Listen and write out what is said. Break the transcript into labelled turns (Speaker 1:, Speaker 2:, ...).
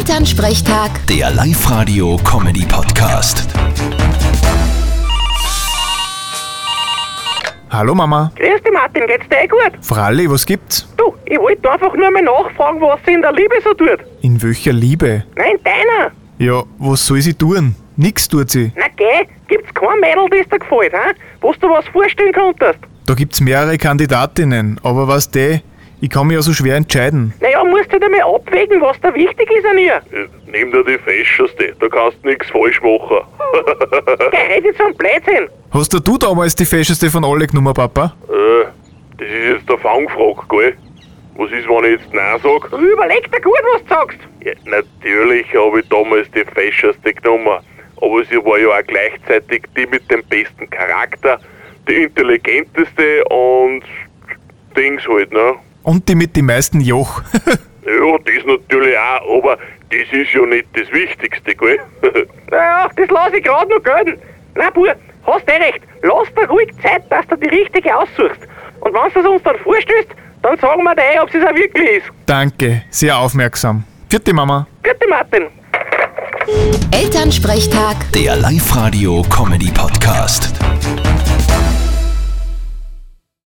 Speaker 1: Elternsprechtag,
Speaker 2: Der Live-Radio-Comedy-Podcast.
Speaker 3: Hallo Mama.
Speaker 4: Grüß dich Martin, geht's dir eh gut?
Speaker 3: Fralli, was gibt's?
Speaker 4: Du, ich wollte einfach nur mal nachfragen, was sie in der Liebe so tut.
Speaker 3: In welcher Liebe?
Speaker 4: Nein, deiner.
Speaker 3: Ja, was soll sie tun? Nix tut sie.
Speaker 4: Na geh, gibt's kein Mädel, das dir gefällt, hä? Was du was vorstellen konntest.
Speaker 3: Da gibt's mehrere Kandidatinnen, aber was de? Ich kann mich ja so schwer entscheiden.
Speaker 4: Naja, musst du dir mal abwägen, was da wichtig ist an ihr.
Speaker 5: Nimm dir die fescheste, da kannst nix falsch machen.
Speaker 4: Geh, red jetzt so einen Blödsinn.
Speaker 3: Hast da du damals die fescheste von alle genommen, Papa?
Speaker 5: äh, das ist jetzt der Fangfrag, gell? Was ist, wenn ich jetzt Nein sag?
Speaker 4: Überleg dir gut, was du sagst.
Speaker 5: Ja, natürlich habe ich damals die fescheste genommen, aber sie war ja auch gleichzeitig die mit dem besten Charakter, die intelligenteste und Dings halt, ne?
Speaker 3: Und die mit die meisten Joch.
Speaker 5: Ja, das natürlich auch, aber das ist ja nicht das Wichtigste, gell?
Speaker 4: Naja, das lasse ich gerade noch gelten. Na Bur, hast eh recht. Lass dir ruhig Zeit, dass du die richtige aussuchst. Und wenn du es uns dann vorstellst, dann sagen wir dir, eh, ob es auch wirklich ist.
Speaker 3: Danke, sehr aufmerksam. Vierte Mama.
Speaker 4: Bitte Martin.
Speaker 1: Elternsprechtag.
Speaker 2: Der Live-Radio-Comedy-Podcast.